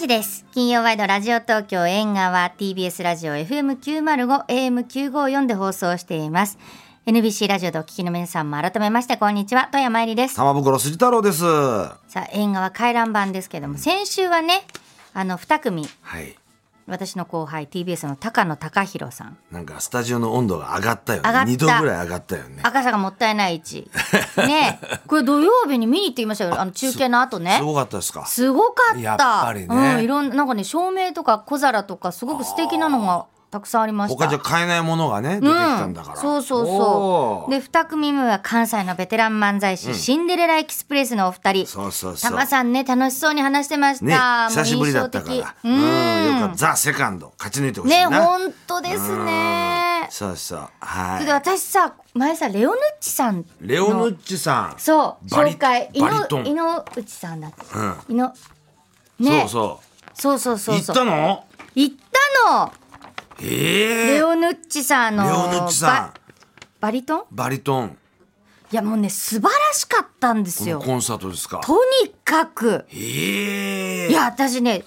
時です金曜ワイドラジオ東京縁側 TBS ラジオ FM905 AM954 で放送しています NBC ラジオでお聞きの皆さんも改めましてこんにちは富山えりです玉袋筋太郎です。はさあ縁側回覧版ですけども先週はねあの2組い。私の後輩 TBS の高野貴弘さんなんかスタジオの温度が上がったよ上がね。った二度ぐらい上がったよね。赤さがもったいない 一ねえこれ土曜日に見に行ってきましたよあの中継の後ねすごかったですか。すごかったやっぱりねうん、いろんななんかね照明とか小皿とかすごく素敵なのがたくさんありました他じゃ買えないものがね出てきたんだから。うん、そうそうおそうーで2組目は関西のベテラン漫才師、シンデレラエキスプレスのお二人そうそうそたう。まさんね楽しそうに話してました、ねもう久しぶりだったか印象ら。的う。うんんよかった。ザセカンド勝ち抜いてほしいねな。本当ですねそうそう。そはれでい。私さ前さレオヌッチさんのレオヌッチさん。そうバリ紹介井バリトのン井の内さんだって、う井のねそうそ。そうそうそうう行っそうたの？行ったのえレえ。オヌッチさんのレオヌッチさんバ。バリトンバリトン。いやもうね素晴らしかったんですこのよコンサートですか。とにかくええ。いや私ね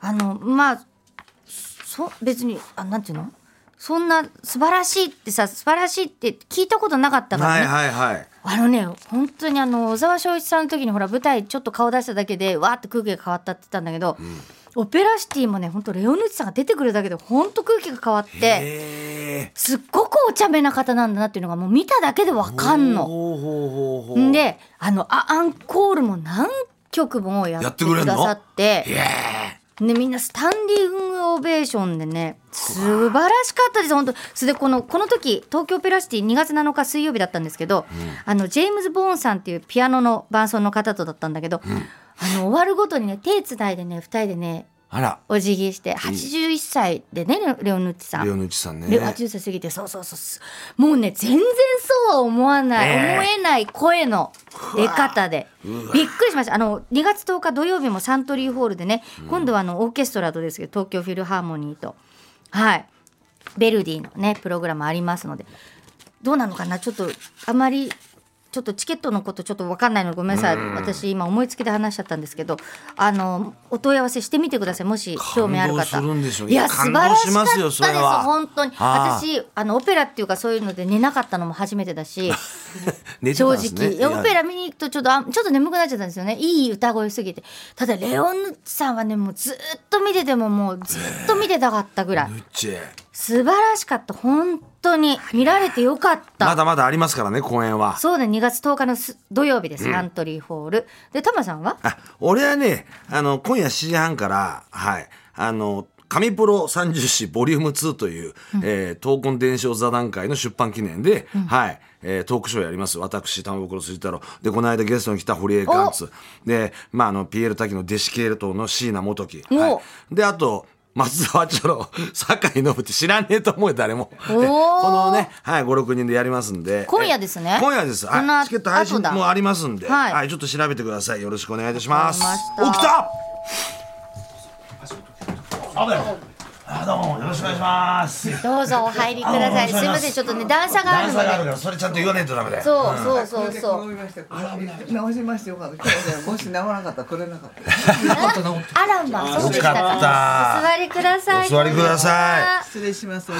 あのまあそ別にあなんていうのそんな素晴らしいってさ素晴らしいって聞いたことなかったからはね、いはいはい。あのね本当にあの小沢昭一さんの時にほら舞台ちょっと顔出しただけでわーって空気が変わったって言ったんだけど、オペラシティもね本当レオヌッチさんが出てくるだけで本当空気が変わってええ。すっごくお茶目な方なんだなっていうのがもう見ただけでわかんの。ほうほうほうほう。であのあアンコールも何曲もややっっててくれくんのださってええ。ね、みんなスタンディングオベーションでね素晴らしかったです本当それでこのこの時東京オペラシティ2月7日水曜日だったんですけど、あのジェームズ・ボーンさんっていうピアノの伴奏の方とだったんだけど、あの終わるごとにね手つないでね2人でねあら。お辞儀して81歳でねレレオヌッチさん。レオヌッチさんねで。80歳過ぎてそうそうそうすもうね全然そうは思わない、ねえ思えない声の出方でびっうわくりしましたあの2月10日土曜日もサントリーホールでね、今度はあのオーケストラとですけど東京フィルハーモニーとはいベルディのねプログラムありますのでどうなのかなちょっとあまりちょっとチケットのことちょっと分かんないのでごめんなさい私今思いつきで話しちゃったんですけどあのお問い合わせしてみてくださいもし興味ある方感動するんでしょういや素晴感ら動ししかまったすでよすそれは本当にああ私あのオペラっていうかそういうので寝なかったのも初めてだし正寝てたんですね直、いやいやオペラ見に行くとちょっとあちょっと眠くなっちゃったんですよねいい歌声すぎてただレオヌッチさんはねもうずっと見ててももうずっと見てたかったぐらいヌッチ。素晴らしかった本当に見られてよかったまだまだありますからね公演は。そうね、2月10日のす土曜日です、サントリーホール。で、タマさんはあ、俺はね、あの今夜7時半からはいあの。神プロ三十四ボリューム2という、えー闘魂伝承座談会の出版記念で、はい、えートークショーやります。私、玉袋筋太郎。で、この間ゲストに来た堀江ガンツ。で、まあ、あの、ピエール滝の弟子系統の椎名元樹。おはい、で、あと、松沢チョ ロ、酒井信って知らねえと思うよ、誰も。でお こーのね、はい、5、6人でやりますんで。今夜ですねえ今夜でそす。のはい。後チケット配信後だもありますんで、はいはい、ちょっと調べてください。よろしくお願いいたします。わかりま起したきた。あどうも。あどうもよろしくお願いします。どうぞお入りください。あすいません、ちょっとね、段差があ段る差があのるで。からそれちゃんと言わないとダメだよ。そうそうそうそう。直しましたよかった。今日ねもし治らなかったらくれなかった。 あらま、そうでしたよかか。っおた座りください。お座りくださ失礼します。は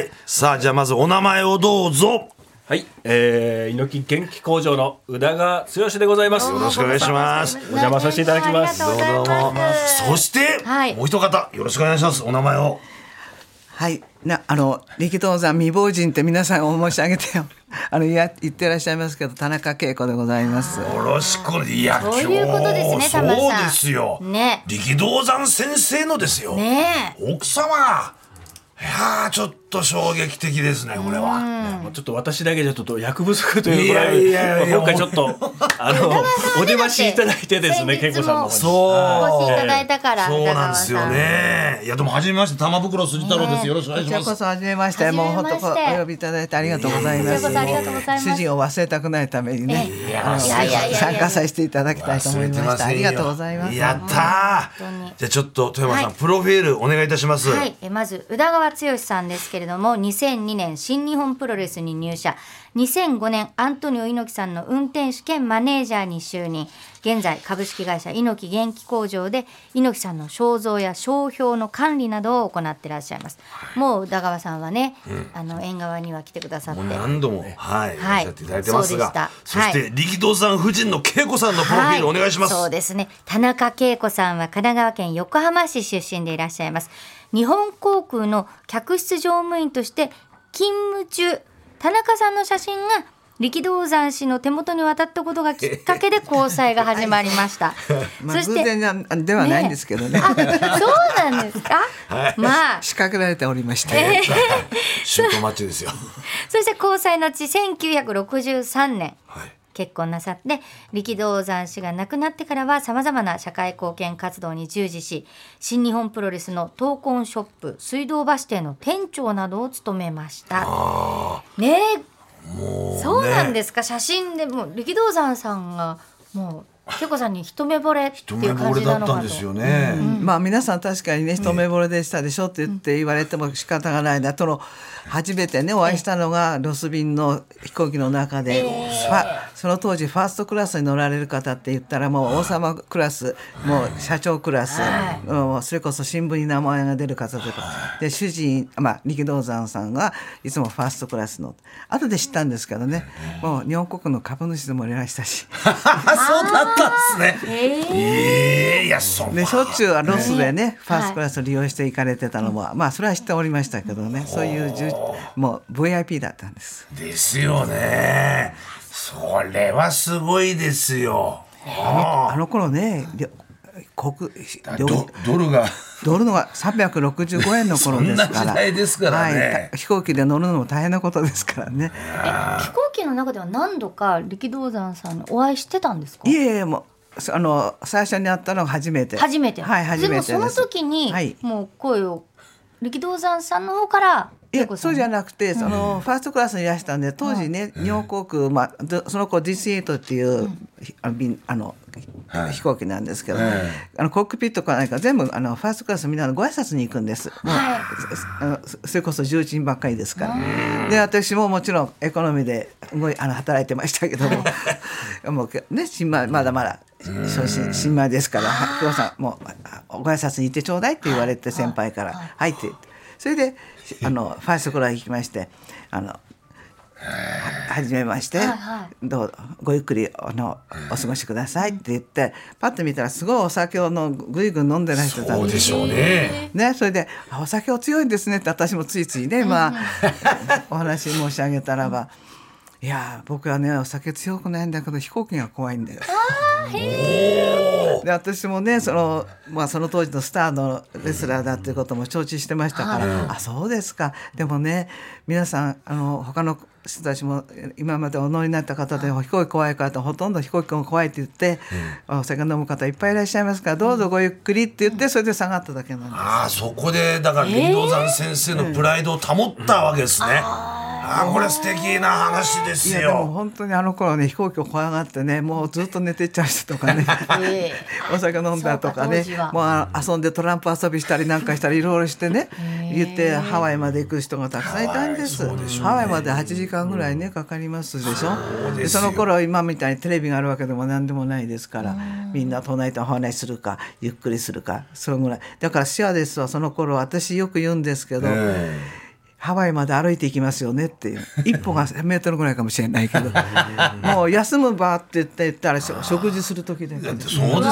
ーい。さあじゃあまずお名前をどうぞ。はい、えー、猪木元気工場の宇田川剛でございます。こんばんは。よろしくお願いしますお邪魔させていただきますありがとうございます。そして、はいもう一方よろしくお願いします。お名前を。はい。なあの力道山未亡人って皆さんお申し上げてよ。 あのいや言ってらっしゃいますけど田中恵子でございます。よろしくいやそういうことですね今日タマさんそうですよ。ね力道山先生のですよ。ねえ。奥様がいやーちょっと衝撃的ですねこれはもうちょっと私だけじゃちょっと役不足というぐらいやいやい、いや今回ちょっと、あの、お出ましいただいてですね、先恵日も子さんの方おに。越しいただいそたから、そうなんですよ宇田川さん。ねいやでも初めまして玉袋筋太郎ですよろしくお願いこちしらまこすそ初めましてもう初め本ま当してこお呼びいただいてありがとうございまこちらす。こそありがとうございます主人を忘れたくないためにね、ええあのいやいやいや参加させていただきたいと思いました。ありがとうございます。やった本当にーじゃあちょっと富山さん、はいプロフィールお願いいたします、はい、えまず宇田川剛さんですけれども2002年新日本プロレスに入社2005年アントニオ猪木さんの運転手兼マネージャーに就任現在株式会社猪木元気工場で猪木さんの肖像や商標の管理などを行ってらっしゃいます、もう宇田川さんはね、あの縁側には来てくださってもう何度も、はい、はいおっしゃっていただいてますが、そそうでしたして、力道山夫人の恵子さんのプロフィールお願いします。はいそうですね田中恵子さんは神奈川県横浜市出身でいらっしゃいます日本航空の客室乗務員として勤務中田中さんの写真が力道山氏の手元に渡ったことがきっかけで交際が始まりました、 まあ、偶然なではないんですけどねあそうなんです か、まあ仕掛けられておりまして、シュートマッチですよ。そして交際のち1963年はい。結婚なさって力道山氏が亡くなってからはさまざまな社会貢献活動に従事し新日本プロレスの闘魂ショップ水道橋店の店長などを務めました。ねえ、そうなんですか写真でもう力道山さんがもう恵子さんに一目惚れって一い目う感惚れじだなのっかたんとですよね。まあ皆さん確かにね一目惚れでしたでしょって言って言われても仕方がないなとの初めてねお会いしたのがロス便の飛行機の中で、ファその当時ファーストクラスに乗られる方って言ったらもう王様クラスもう社長クラス、はいもうそれこそ新聞に名前が出る方とかで主人、まあ、力道山さんがいつもファーストクラスの後で知ったんですけどねもう日本国の株主でもありましたし。そうだったんですえね。えええいや、そんでな。しょっちゅうはロスでね、ファースはいトクラスを利用して行かれてたのも、まあそれは知っておりましたけどねそういうじゅもう VIP だったんですですよね。それはすごいですよ。ああの頃ねりょ国あ。りょドドルが。ドルのが365円の頃ですからそんな時代ですからねはいた飛行機で乗るのも大変なことですからね飛行機の中では何度か力道山さんにお会いしてたんですかいえいえもうそあの最初に会ったのが初めて初めて、はい初めてですでもその時に、はいもう声を力道山さんの方からい恵や子さそんうにじゃなくてそのファーストクラスにいらしたんで当時ね日本航空まあどその子 DC8 っていうひあの便あのはい飛行機なんですけどえあのコックピットか何か全部あのファーストクラスみんなのご挨拶に行くんですもうそあのそそれこそ重鎮ばっかりですからで私ももちろんエコノミーですごいあの働いてましたけど ももうね新米まだまだ初心新米ですから「黒さんもうあご挨拶に行ってちょうだい」って言われて先輩から「はい」って言ってそれであのファーストクラス行きましてあのはじめまして、はいはどうごゆっくりあのお過ごしくださいって言ってパッと見たらすごいお酒をのぐいぐい飲んでらしてたんそうでしょうね。ね、それであ「お酒お強いんですね」って私もついついね、まあ、 お話申し上げたらば「いやー僕はねお酒強くないんだけど飛行機が怖いんだよ」で私もねその,、まあ、その当時のスターのレスラーだっていうことも承知してましたから「あそうですか」でもね皆さんあの他の人たちも今までお乗りになった方で飛行機怖い方ほとんど飛行機も怖いって言って、お酒飲む方いっぱいいらっしゃいますからどうぞごゆっくりって言ってそれで下がっただけなんです。ああ、そこで、だから、林道山先生のプライドを保ったわけですね。ああ、これ素敵な話でいすやでもよ。本当にあの頃ね飛行機を怖がってねもうずっと寝てっちゃう人とかねええ お酒飲んだとかねそうか当時はもうあ遊んでトランプ遊びしたりなんかしたりいろいろしてね言ってハワイまで行く人がたくさんいたんですはいそうでしょうねハワイまで8時間ぐらいねかかりますでしょうでですよその頃今みたいにテレビがあるわけでも何でもないですからみんな隣とお話しするかゆっくりするかそのぐらいだからシアデスはその頃私よく言うんですけど、えハワイまで歩いていきますよねって いう一歩が1メートルぐらいかもしれないけどもう休む場って言って言ったらし食事する時でえそうですよね。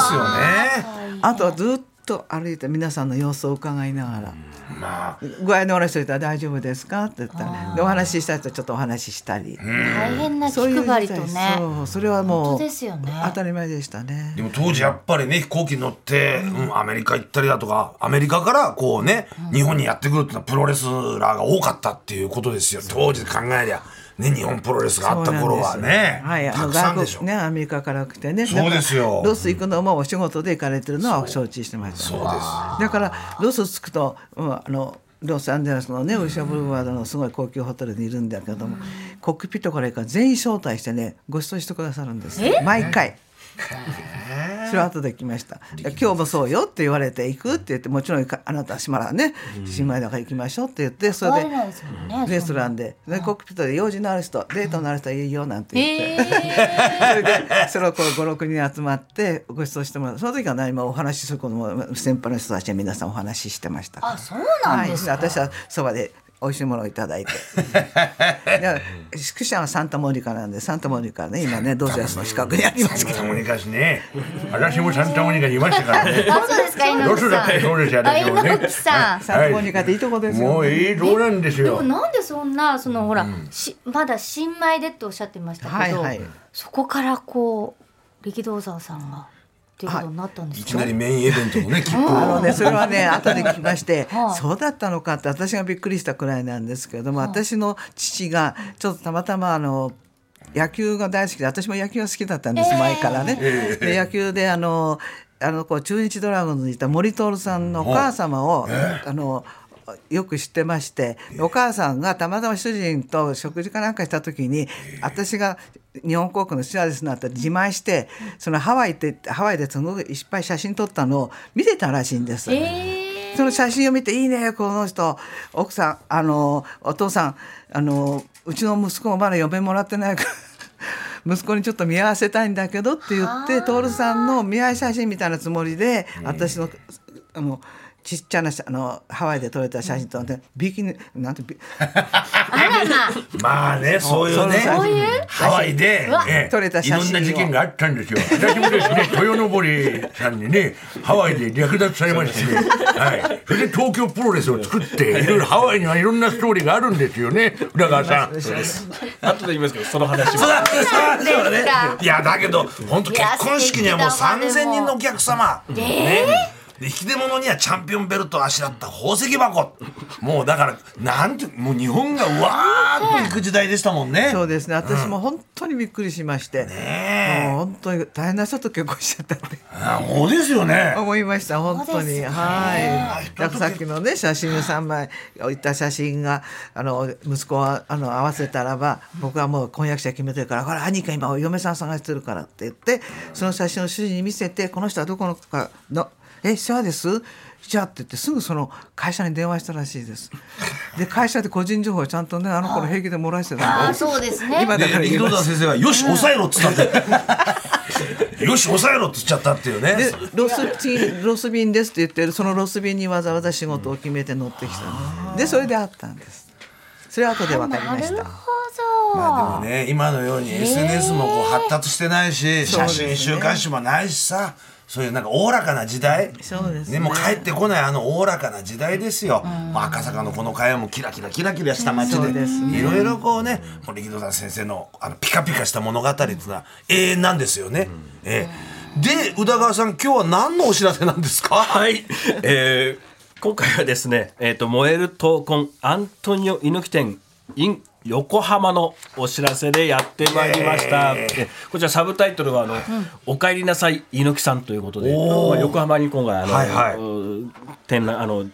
あとはずっと歩いて皆さんの様子を伺いながらまあ、 「具合の悪い人いたら大丈夫ですか?」って言ったらでお話しした人ちょっとお話ししたり大変な気そういう配りと時代ねそうそれはも本う当ですよね当たり前でしたねで。も当時やっぱりね、飛行機に乗って、うん、アメリカ行ったりだとか、アメリカからこうね、日本にやってくるってのはプロレスラーが多かったっていうことですよ。当時考えりゃ、ね、日本プロレスがあった頃はね、はい、あたのくさんで外しょ。国ねアメリカから来てねそうですよだからロス行くのもお仕事で行かれてるのは承知してましたそうです。だからロス着くと、うん、あのロサンゼルスのねウィシャブルワードのすごい高級ホテルにいるんだけども、コックピットから行くから全員招待してねご馳走してくださるんです毎回。それは後で来ました「いや今日もそうよ」って言われて「行く?」って言ってもちろん行かあなたは島らね新米だから行きましょうって言ってそれれでないですよねレストランででコックピットで用事のある人デートのある人はいいよなんて言って。えーそれでそれをこう56人集まってご馳走してもらうその時は何もお話しすることも先輩の人たちは皆さんお話ししてましたからあそうなんですかはい、私はそばで美味しいものをいただいてで宿舎はサンタモニカなんでサンタモニカね今ねドジャースの近くにありますけどサンタモニカですね。私もサンタモニカにいましたからね。あそうですかど猪う木するださってんそうですよ、あ私も猪ね木。さんサンタモニカっていいとこですよ、もういいとこなんですでもよ。なんでそんなそのほら、しまだ新米でっておっしゃってましたけど、はいはいそこからこう力道山さんがっていうことになったんですいかきなりメインイベントのね、切符あのを。 ね、それはね、後で聞きましてはあ、そうだったのかって、私がびっくりしたくらいなんですけれども、私の父が、ちょっとたまたま、あの。野球が大好きで、私も野球が好きだったんです、ええ前からね。で、野球で、あの、あの、こう、中日ドラゴンズにいた森徹さんのお母様を、あの。よく知ってましてお母さんがたまたま主人と食事かなんかした時に私が日本航空のスチュワーデスになって自慢してそのハワイってハワイですごくいっぱい写真撮ったのを見てたらしいんです。えーその写真を見て「いいねこの人奥さんあのお父さんあのうちの息子もまだ嫁もらってないから 息子にちょっと見合わせたいんだけど」って言って徹さんの見合い写真みたいなつもりで私のあのちっちゃなあのハワイで撮れた写真とねビキニなんてビあらまあ まあね、そういうね。そういうハワイでうわ、ええ撮れたい写真をろんな事件があったんですよ。私もですね、豊登さんにね、ハワイで略奪されましてね、はい。それで東京プロレスを作って、いろいろハワイにはいろんなストーリーがあるんですよね、浦川さん。後で言いますけどその話もなんですかいや、だけど、本当結婚式にはもいうや素敵だわ3000人のお客様。ね。で引き出物にはチャンピオンベルトをあしらった宝石箱もうだからなんてもう日本がうわーっと行く時代でしたもんねそうですね私も本当にびっくりしまして、もう本当に大変な人と結婚しちゃったって。あそうですよね。思いました本当そうですにねはいだからさっきのね写真3枚置いた写真があの息子はあの合わせたらば僕はもう婚約者決めてるから「ほら兄か今お嫁さん探してるから」って言ってその写真を主人に見せて「この人はどこのかのえシャアです?」じゃあって言ってすぐその会社に電話したらしいです。で会社で個人情報をちゃんとねあの頃平気で漏らしてたあんーでそうですね今だからで言い力道ます山先生が「よし抑えろ」っつったって よし抑えろっつっちゃったっていうねでロスチロス便ですって言ってるそのロス便にわざわざ仕事を決めて乗ってきたのでそれで会ったんですそれは後で分かりなましるたほど、まあでもね今のように SNS もこう発達してないし写真週刊誌もないしさそういうなんかおおらかな時代そうですねもう帰ってこないあのおおらかな時代ですよ、もう赤坂のこの会話もキラキラキラキラした街そでうですいろいろこうねこう力道山先生のあのピカピカした物語っていうのは永遠なんですよね。ええで宇田川さん今日は何のお知らせなんですかはい、えー今回はですね、えー、と燃える闘魂アントニオ猪木店 in 横浜のお知らせでやってまいりました、えこちらサブタイトルはあの、お帰りなさい猪木さん」ということで、まあ横浜に今回あの、はいはいうん展覧あの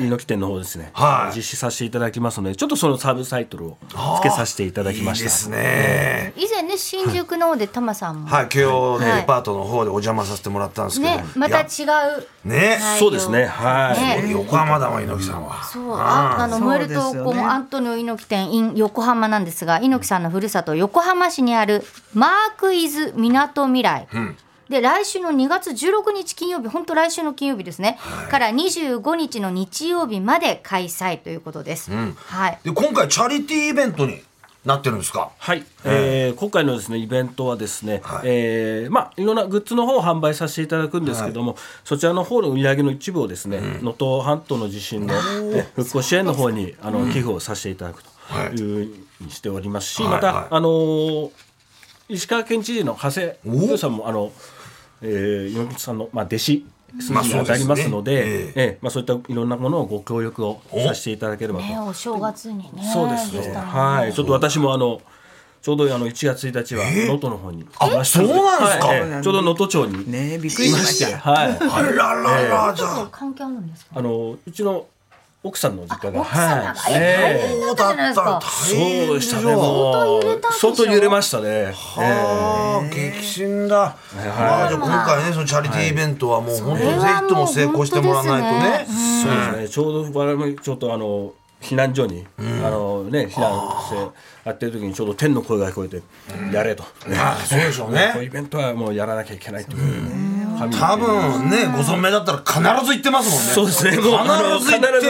猪木店の方ですね、はい実施させていただきますのでちょっとそのサブタイトルをつけさせていただきましたいいですね。以前ね新宿の方でタマさんも、はい、今日はね、いデパートの方でお邪魔させてもらったんですけど、ねまたい違やうね、はいそうですねはい、ね横浜だもん猪木さんは。そうああのそう燃えるですよ闘ね魂アントニオ猪木店 in 横浜なんですが猪木さんのふるさと横浜市にあるマークイズみなとみらい。で来週の2月16日金曜日、本当来週の金曜日ですね、から25日の日曜日まで開催ということです。はい。で今回チャリティーイベントになってるんですか。はい、えー今回のですねイベントはですね、はいいえーまあいろんなグッズの方を販売させていただくんですけども、そちらの方の売り上げの一部をですね能登、半島の地震のえ復興支援の方にあの寄付をさせていただくはいというふうにしておりますし、はいまた、はいあのー石川県知事の長谷部さんもあの、えー、猪木さんのまあ弟子まあに当たりますので、そうですねええまあそういったいろんなものをご協力をさせていただければとね、お正月にね。そうですしね。たもんはい、ちょっと私もあの。ちょうどあの1月1日は能登の方にいましたのそうなんですかはいええちょうど能登町にねえびっくりいしままししたたはいあらららちょじゃっとあ。関係あるんですか。あのうちの奥さんの実家が奥様が、え大変だったじゃないですかそうでしたね。もも相当揺れたうでしょ相当揺れましたね。うはあ、激震だ、まあじゃあ今回ねそのチャリティーイベントはもう本当にぜひとも成功してもらわないとねそうですね。ちょうど我々もちょっとあの避難所に、あのね避難してやってる時にちょうど天の声が聞こえて、やれと。ああそうでしょうこういうねイベントはもうやらなきゃいけないというね。神の多分ねご存命だったら必ず行ってますもんねそうですね。もうあの必ず行って必ず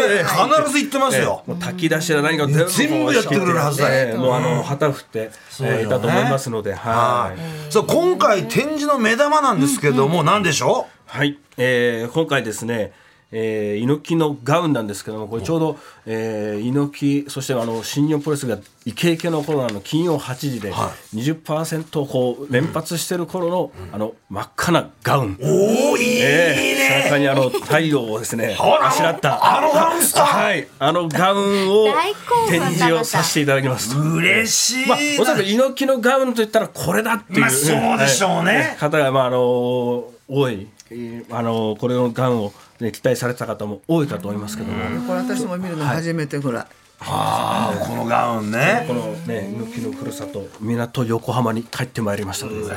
必ず行ってますよ、もう炊き出しや何か全全部やってくれるはずだよええもうあの旗振って、うよねええいたと思いますので、は。はいいさあ今回展示の目玉なんですけども、何でしょはい、えー今回ですね、えー、猪木のガウンなんですけどもこれちょうど、えー猪木そしてあの新日本プロレスがイケイケの頃のあの金曜8時で20%をこう連発してる頃の、あの真っ赤なガウン。うおおいいええ背中にあの太陽をですねあしらったあのガウンスターはいあのガウンを大興奮だ展示をさせていただきますと嬉しいな、まあ、おそらく猪木のガウンといったらこれだっていう、まあそうでしょうねはい方が、まああの多い、えーあのこれのガウンを、ね、期待された方も多いかと思いますけども、これ私も見るの初めてぐらい、ああこのガウンねこの、ね、猪木のふるさと港横浜に帰ってまいりましたので、は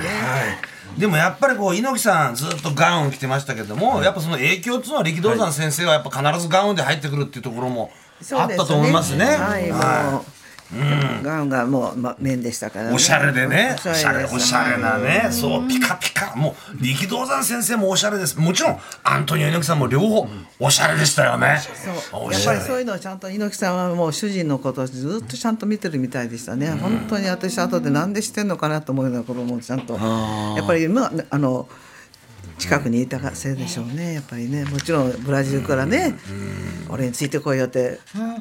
い、でもやっぱりこう猪木さんずっとガウン着てましたけども、やっぱその影響っていうのは力道山先生はやっぱ必ずガウンで入ってくるっていうところもあったと思いますね。はい、もはう、ガンガンもう、ま、面でしたから、いおしゃれでね、おしゃれ、ですおしゃれなね、そう、ピカピカ、もう、力道山先生もおしゃれです。もちろん、アントニオ猪木さんも両方、おしゃれでしたよね。そうおやっしぱゃりそうれ。いうのをちゃんと猪木さんはもう主人のことをずっとちゃんと見てるみたいでしたね、本当に私後でなんでしてんのかなと思うようなこともちゃんとやっぱり、まあ、あの近くにいたからせいでしょうねやっぱりねもちろんブラジルからね、俺についてこいよって、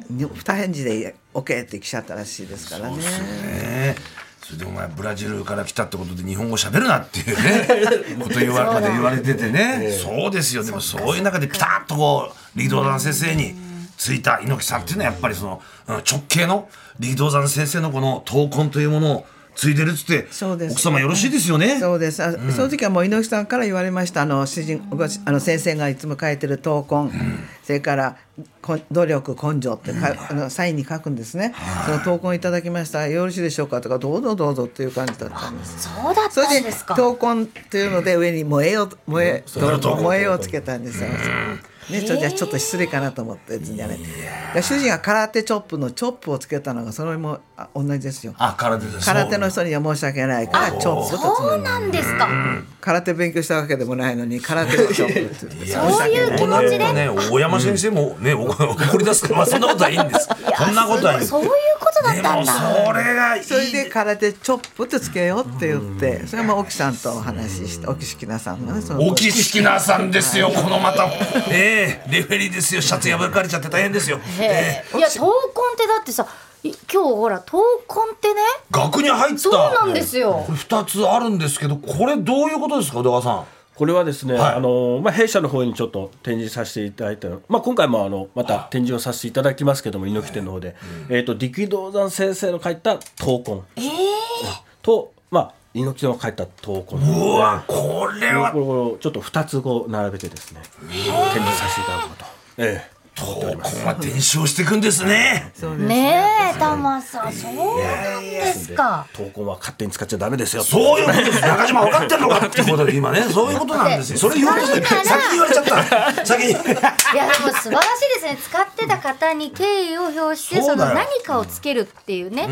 に二返事で OK って来ちゃったらしいですからね。ねそれでお前ブラジルから来たってことで日本語喋るなっていう ねこと言わまで言われててねそうですよでもそういう中でピタッとこう力道山先生についた猪木さんっていうのはやっぱりそのうん直系の力道山先生のこの闘魂というものを継いでるっつってそうです奥様よろしいですよね。そうです。あその時はもう猪木さんから言われました。あの主人ごしあの先生がいつも書いてる闘魂、それからこ努力根性ってか、あのサインに書くんですね。その闘魂いただきました。よろしいでしょうかとかどうぞどうぞっていう感じだったんでそす。うだっそたれんでですか闘魂というので上に燃えよ燃えれ闘魂燃えをつけたんですよ。ね、ちょじゃあちょっと失礼かなと思ってじゃね。で主人が空手チョップのチョップをつけたのがそれもあ同じですよ。あ空手です空手の人には申し訳ないからチョップとつなそぐうなんですか空手勉強したわけでもないのに空手のショップそういう気持ちでね大山先生もね、お 怒り出すからまあそんなことはいいんですそんなことはいいんですそういうことだっでたもんだそれがいいそれで空手チョップってつけようって言ってそれも沖さんとお話しして沖式なさんがねそのオキシキナさんですよ、このまた、ええレフェリーですよ、シャツ破かれちゃって大変ですよ。ええへえいや闘魂ってだってさい今日ほら闘魂ってね額に入った。そうなんですよこれ二つあるんですけど、これどういうことですか、宇田川さん。これはですね、はいあのまあ、弊社の方にちょっと展示させていただいたの、まあ、今回もあのまた展示をさせていただきますけども猪木店の方で、えー、と力道山先生の書いた闘魂、と、まあ、猪木店の書いた闘魂うわ、これはこれをちょっと二つこう並べてですね展示させていただこうと。ええ投稿は伝承していくんですね。ねえ玉さんそうなんですか闘魂は勝手に使っちゃダメですよそういうことです。中島分かってんのかっていうことで、今ね、そういうことなんですよ。それ言われちゃった。先に言われちゃった。先に。いやでも素晴らしいですね使ってた方に敬意を表してそそうだのよ何かをつけるっていうね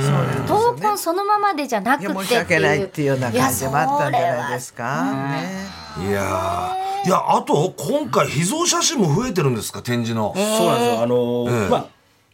闘魂そのままでじゃなくいてっやていう申し訳ないっていうような感じもあったんじゃないですかねいやー、いや、あと、今回秘蔵写真も増えてるんですか、展示の。そうなんですよ。あのーええまあ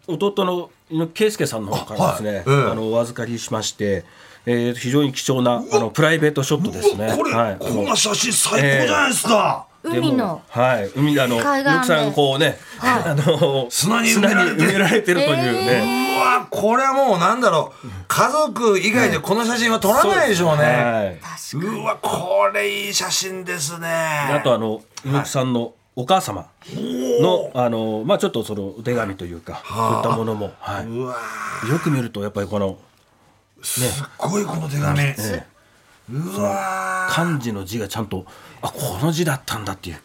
弟の猪木圭介さんの方からですね、あはいあ,、ええのお預かりしまして、えー、非常に貴重なあのプライベートショットですね。これ、はい。こんな写真最高じゃないですか。でも海のはい海あの海岸で猪木さんこうね、あの砂に埋められて砂に埋められてるというね。うわこれはもうなんだろう家族以外でこの写真は撮らないでしょうねはい。うわこれいい写真ですねあとあの猪木さんのお母様の、あのまあちょっとそのお手紙というか、そういったものも、はい、うわよく見るとやっぱりこのすっごいこの手紙、うわ漢字の字がちゃんとあこの字だったんだっていう、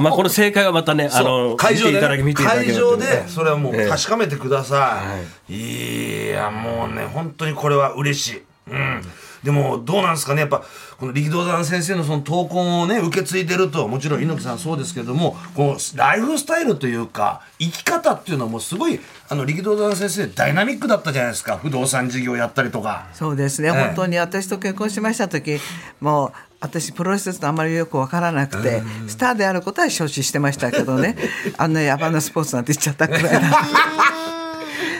まあこの正解はまたねあの会場見てでいただきね見ていただけ会れば場と思いでますそれはもう確かめてください、い、やもうね本当にこれは嬉しいうんでもどうなんですかねやっぱこの力道山先生のその闘魂をね受け継いでるとはもちろん猪木さんそうですけれどもこうライフスタイルというか生き方っていうのはもうすごいあの力道山先生ダイナミックだったじゃないですか不動産事業やったりとかそうですね、ええ本当に私と結婚しました時もう私プロレスですとあまりよく分からなくて、スターであることは承知してましたけどねあんな野蛮なスポーツなんて言っちゃったくらいなん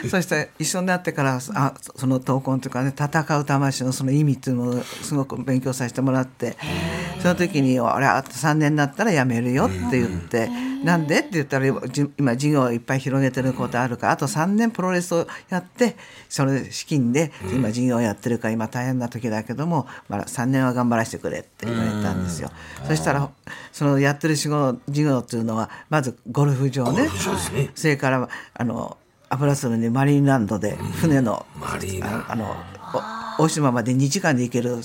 で そして一緒になってからあその闘魂というかね戦う魂のその意味っていうのをすごく勉強させてもらってその時に「俺あと3年になったら辞めるよ」って言って「なんで?」って言ったらじ今事業をいっぱい広げてることあるからあと3年プロレスをやってその資金で今事業をやってるから今大変な時だけども、まあ、3年は頑張らせてくれって言われたんですよ。そしたらそのやってる仕事事業っていうのはまずゴルフ場ねそれからあの油そにマリンランドで船の、マリーナああのお大島まで2時間で行ける、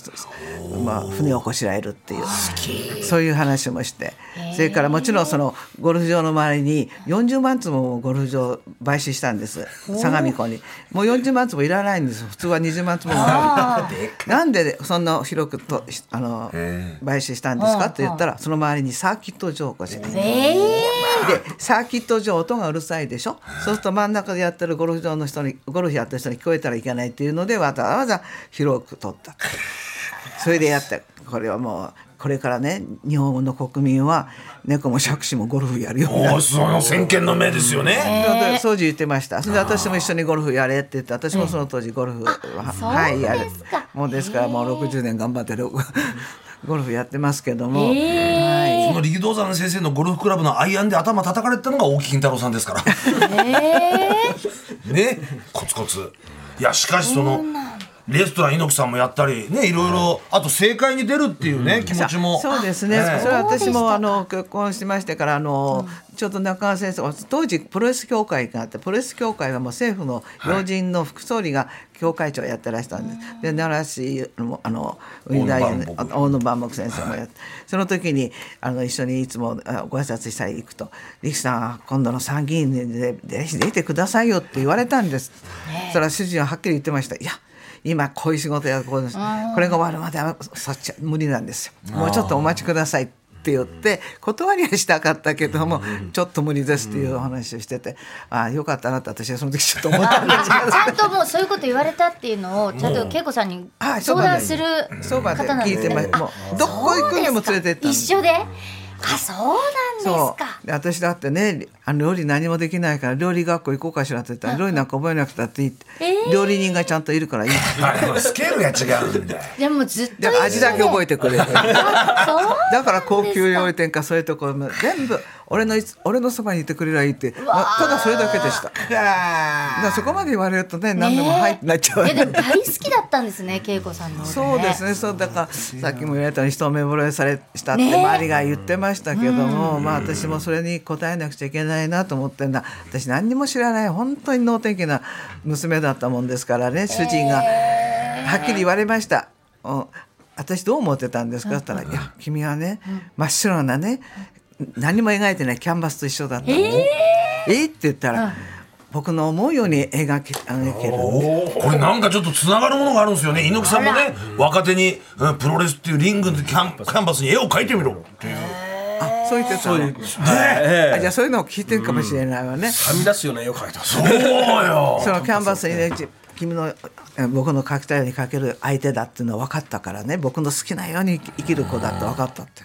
まあ、船をこしらえるっていうそういう話もしてそれからもちろんそのゴルフ場の周りに40万坪もゴルフ場を買収したんです相模湖にもう40万坪いらないんです普通は20万坪もある なんでそんな広くとしあのへ買収したんですかって言ったらその周りにサーキット場をこしらえてえでサーキット場音がうるさいでしょそうすると真ん中でやってるゴルフ場の人にゴルフやってる人に聞こえたらいけないっていうのでわざわざ広く取ったそれでやったこれはもうこれからね日本の国民は猫も杓子もゴルフやるようになおるその先見の目ですよね、で当時言ってましたそれで私も一緒にゴルフやれって言って私もその当時ゴルフは、はいやるもうですからもう60年頑張ってるゴルフやってますけども、はいその力道山先生のゴルフクラブのアイアンで頭叩かれてたのが大木金太郎さんですから ねコツコツいやしかしそのレストラン猪木さんもやったりねいろいろあと正解に出るっていうね、気持ちもそうですね、ええそれは私もあの結婚しましてからあの、ちょうど中川先生当時プロレス協会があってプロレス協会はもう政府の要人の副総理が協会長やってらしたんです、で奈良市のあの運輸大臣大野万木大野万木先生もやって、その時にあの一緒にいつもあご挨拶したり行くと「力さん今度の参議院でぜひ出てくださいよ」って言われたんです、それは主人ははっきり言ってました「いや今こういう仕事やこうですこれが終わるまではそっちは無理なんですよもうちょっとお待ちくださいって言って断りはしたかったけどもちょっと無理ですっていうお話をしててああよかったなって私はその時ちょっと思ったん ですけちゃんともうそういうこと言われたっていうのをちゃんと恵子さんにあ相談するどそ方ばでなんで聞いすてねまもうどこ行くにも連れて行ったんで一す緒であそうなんですかうで私だってねあの料理何もできないから料理学校行こうかしらって言ったら料理なんか覚えなくたっていいって、料理人がちゃんといるからいいってあでもスケールが違うんだよでもずっと一だ緒から味だけ覚えてくれるそうだから高級料理店かそういうところも全部俺のいつ俺のそばにいてくれりゃいいってまあただそれだけでしただからそこまで言われるとね何でもはいってなっちゃう、えでも大好きだったんですね恵子さんのことそうですねそうだからさっきも言われたように一目惚れされしたってね周りが言ってましたけども、まあ私もそれに応えなくちゃいけないなと思ってんだ私何にも知らない本当に能天気な娘だったもんですからね主人がはっきり言われました。お私どう思ってたんですかって言ったら「いや君はね真っ白なね何も描いてないキャンバスと一緒だったのね」えーって言ったら「僕の思うように描け描ける」これなんかちょっとつながるものがあるんですよね猪木さんもね若手に、うんプロレスっていうリングのキャンキャンバスに絵を描いてみろっていうあそう言ってたのあじゃあそういうのを聞いてるかもしれないわね、はみ出すような絵を描いてますそうよそのキャンバスにねじ君のえ僕の描きたいように描ける相手だっていうのは分かったからね僕の好きなように生きる子だって分かったって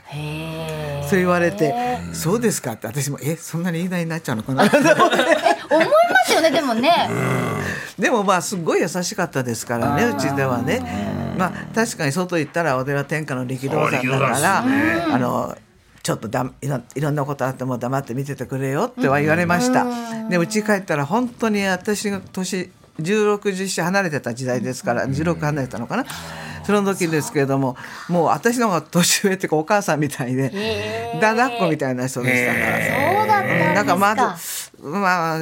そう言われて「そうですか」って私も「えそんなに言いなりになっちゃうのかな」思いますよねでもねでもまあすっごい優しかったですからねうちではねまあ確かに外行ったら俺は天下の力道山だから、あのちょっとだいろいろんなことあっても黙って見ててくれよっては言われました、でうち帰ったら本当に私が年1617離れてた時代ですから16離れたのかなその時ですけれどももう私の方が年上っていうかお母さんみたいでだだっこみたいな人でしたから。そうだったんですかなんかまずまあ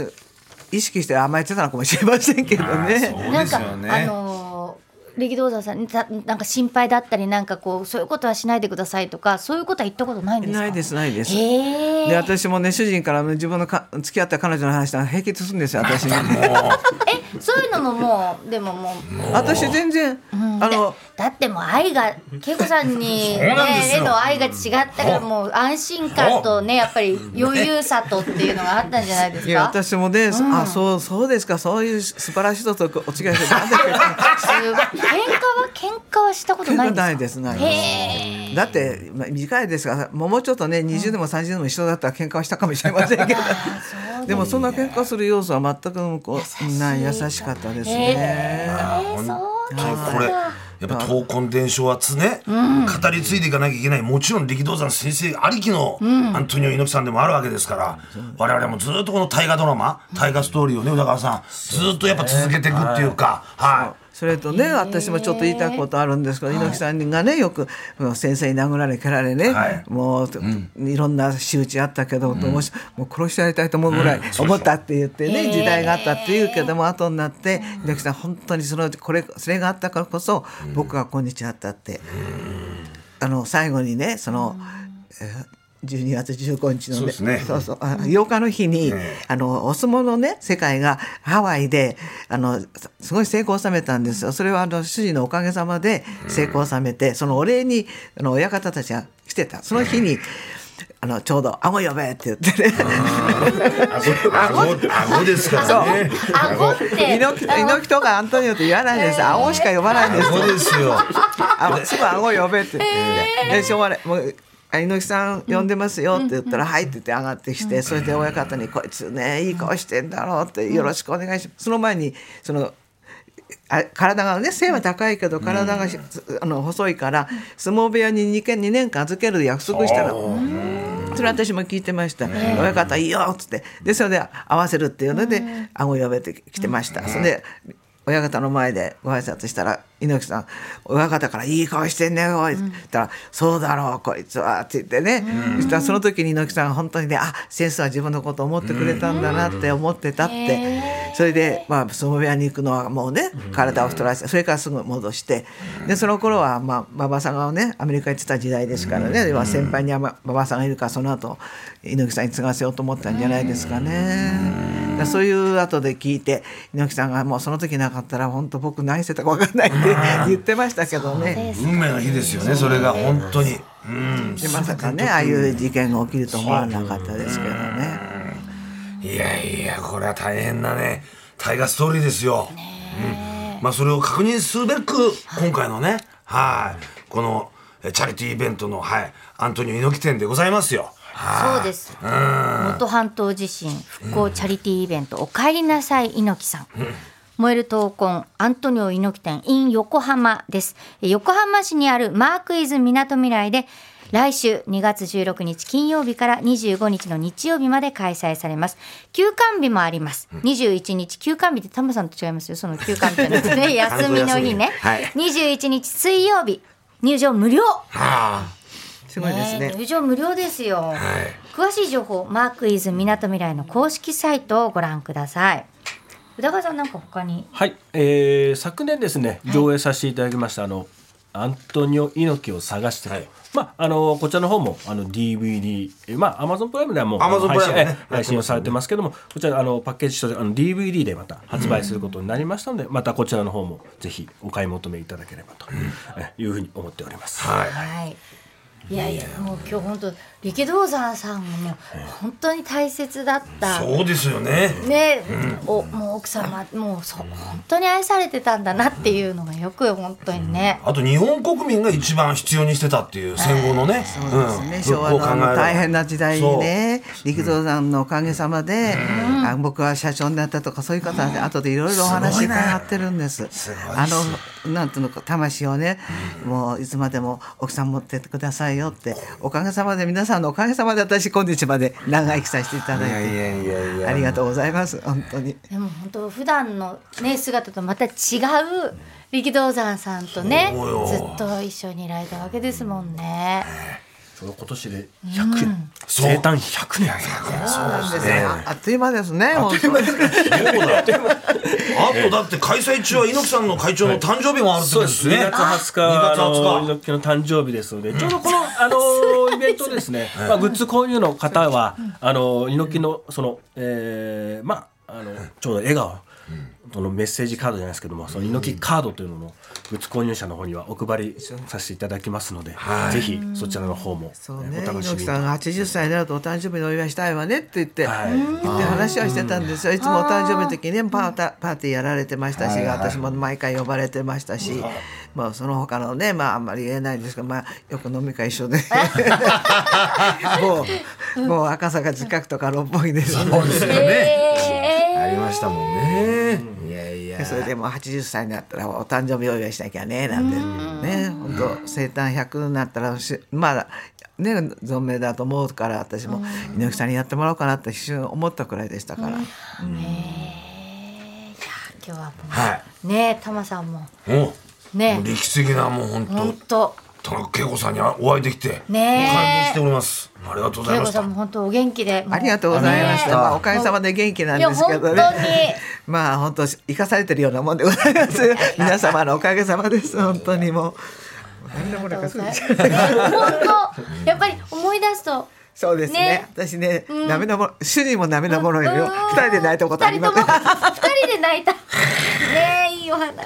意識して甘えてたのかもしれませんけどね。なんか、あのー力道山さんにたなんか心配だったりなんかこうそういうことはしないでくださいとかそういうことは言ったことないんですかないですないです。へーで私もね主人から自分のか付き合った彼女の話なんか平気するんですよ私に。えそういうのももうでももう私全然あのだってもう愛が恵子さん に、そうなんですね、よへの愛が違ったからもう安心感とねやっぱり余裕さとっていうのがあったんじゃないですいやか私もね、そあそうそうですかそういう素晴らしい人とお違いしてなんでかすごい喧嘩は喧嘩はしたことないんですかないですないですへーだって、まあ、短いですがもうちょっとね20でも30でも一緒だったら喧嘩はしたかもしれませんけ ど、でもそんな喧嘩する要素は全く向こうない優しかったですね。えーそう本か当これやっぱ闘魂伝承は常、語り継いでいかなきゃいけないもちろん力道山先生ありきのアントニオ猪木さんでもあるわけですから、我々もずっとこの大河ドラマ大河ストーリーをね宇田川さんずっとやっぱ続けていくっていうか、はいそれとね私もちょっと言いたいことあるんですけど猪木さんがねよくもう先生に殴られ蹴られね、はいもう、いろんな仕打ちあったけど、もしもう殺してやりたいと思うぐらい思ったって言ってね、時代があったって言うけども後になって猪木さん本当にそのこれそれがあったからこそ僕が今日あったって、あの最後にねその、えー12月15日のそうですねそうそうあ8日の日に、あのお相撲のね世界がハワイであのすすごい成功を収めたんですよそれはあの主人のおかげさまで成功を収めて、そのお礼にあの親方たちが来てたその日に、あのちょうど「あご呼べ」って言ってね顎顎ですからね顎って 猪木猪木とかアントニオって言わないんです「あご」しか呼ばないんですよ顎ですよあすぐ顎呼べって言って、でしょうがないもうあ猪木さん呼んでますよって言ったら「はい」って言って上がってきて、それで親方に「こいつねいい顔してんだろう」って「よろしくお願いします」その前にそのあ体がね背は高いけど体がし、あの細いから相撲部屋に 2, け2年間預ける約束したの。それ私も聞いてました「親方いいよ」っつってでそれで合わせるっていうので顎呼べてきてましたそれで親方の前でご挨拶したら猪木さん親方から「いい顔してんねおい」って言ったら「そうだろうこいつは」って言ってねそしたらその時に猪木さん本当にね「あ先生は自分のこと思ってくれたんだな」って思ってたってそれでまあ相撲部屋に行くのはもうね体を太らせてそれからすぐ戻してでその頃はまあ馬場さんがねアメリカ行ってた時代ですからね要は先輩に馬場さんがいるからその後猪木さんに継がせようと思ったんじゃないですかね。だからそういう後で聞いて猪木さんがもうその時なかったら本当僕何してたか分かんないって言ってましたけどね。運命の日ですよねそれが本当にうんでまさかねああいう事件が起きると思わなかったですけどね。いやいやこれは大変なね大河ストーリーですよ、うん、まあそれを確認すべく今回のねはいこのえチャリティーイベントのはいアントニオ猪木展でございますよそうです能登半島地震復興チャリティーイベント「おかえりなさい猪木さん」燃える闘魂アントニオ猪木店 in 横浜ですえ横浜市にあるマークイズみなとみらいで来週2月16日金曜日から25日の日曜日まで開催されます休館日もあります21日休館日ってタマさんと違いますよその休館日じゃなくて ね休みの日ね、はい21日水曜日入場無料はすごいですねねえ。入場無料ですよあはい詳しい情報マークイズみなとみらいの公式サイトをご覧ください宇田川さんなんか他にはい、えー昨年ですね上映させていただきました、あのアントニオ猪木を探してと、はいまああのこちらの方もあの DVD えーまあ Amazon プライムではもう Amazon 配信プライムねえー配信をされてますけどもこちらあのパッケージとしてあの DVD でまた発売することになりましたので、またこちらの方もぜひお買い求めいただければとえーいうふうに思っております。はいはいいやいやもう今日本当力道山さんももう本当に大切だったそうですよねね、おもう奥様もうそう本当に愛されてたんだなっていうのがよく本当にね、あと日本国民が一番必要にしてたっていう戦後のね、そうですね、昭和のあの大変な時代にね力道山のおかげさまで、あ僕は社長になったとかそういう方は後でいろいろお話伺ってるんですあのなんていうのか魂をね、もういつまでも奥さん持ってってくださいよっておかげさまで皆さんのおかげさまで私今日まで長生きさせていただいていやいやいやいやありがとうございます本当に。でも本当普段のね姿とまた違う力道山さんとねそうよずっと一緒にいられたわけですもんね。ちょうど今年で100円、生誕100年そうなんですね。ああっという間ですね。本当にあとだって開催中は猪木さんの会長の誕生日もあるってそことうでですす2ね。2月20日はあ月20の日猪木の誕生日ですのでちょうどこのあのイベントですねまあグッズ購入の方はあの猪木のそのえーまああのちょうど笑顔そのメッセージカードじゃないですけどもその猪木カードというののグッズ購入者の方にはお配りさせていただきますのでぜひそちらの方もそうえね、ーお楽し猪み木にさんが80歳になるとお誕生日のお祝いしたいわねって言って、はい言って話はしてたんですよいつもお誕生日の時にねパータパーティーやられてましたし、私も毎回呼ばれてましたし、まあ、その他のね、まあ、あんまり言えないんですけど、まあ、よく飲み会 一緒でもうもう赤坂近くとか六本木ですそうですよね。ありましたもんね。いやいや。 それでもう80歳になったらお誕生日お祝いしなきゃねなんてね本当生誕100になったらしまだね存命だと思うから私も猪木さんにやってもらおうかなって一瞬思ったくらいでしたから。今日はもはうねえタマさんもい。もねう力士的なもう本本当当田中恵子さんにお会いできてねえ感激しております。ありがとうござ恵いま子しさたん。も本当お元気でもありがとうございました。ねまあ、おかげさまで元気なんいやですけ本当どにね。まあ、本当生かされてるようなもんでございます。 皆様のおかげさまです。本当にもう。なんでもなんかすぐ本当やっぱり思い出すとそうですね。ね私ね、ダメなもの、主人もダメなものよりうもん、二人で泣いたことあります。二人とも二人で泣いたねえいいお話本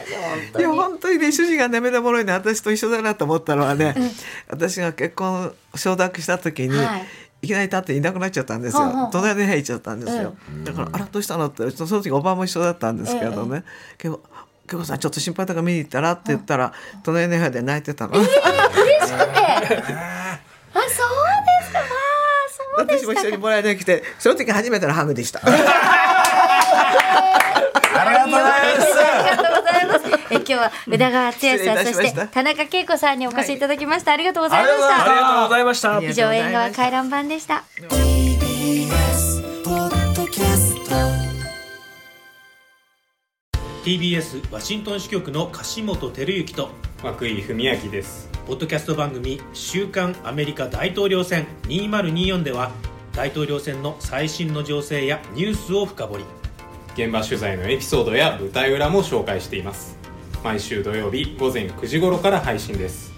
当いやに本当にね主人がダメなものにね私と一緒だなと思ったのはね、私が結婚承諾した時に、はいい、きなり立っていなくなっちゃったんですよ、ほうほう隣の部屋行っちゃったんですよ、だから「あらどうしたの?」ってうちのその時おばも一緒だったんですけどね「けどけどさんちょっと心配だから見に行ったら?」って言ったら、隣の部屋で泣いてたの、嬉 しくてあそうですかまあそうで私もし一たか緒にもらえなくてその時初めてのハグ でした。ありがとうございます。ありがとうございますえ今日は宇田川剛失礼いさんたそししまてした田中恵子さんにお越しいただきましたありがとうございましありたがとうございました以上縁側回覧版でしたー TBS ワシントン支局の樫本照之と和久井文明ですポッドキャスト番組「週刊アメリカ大統領選2024」では大統領選の最新の情勢やニュースを深掘り現場取材のエピソードや舞台裏も紹介しています毎週土曜日午前9時頃から配信です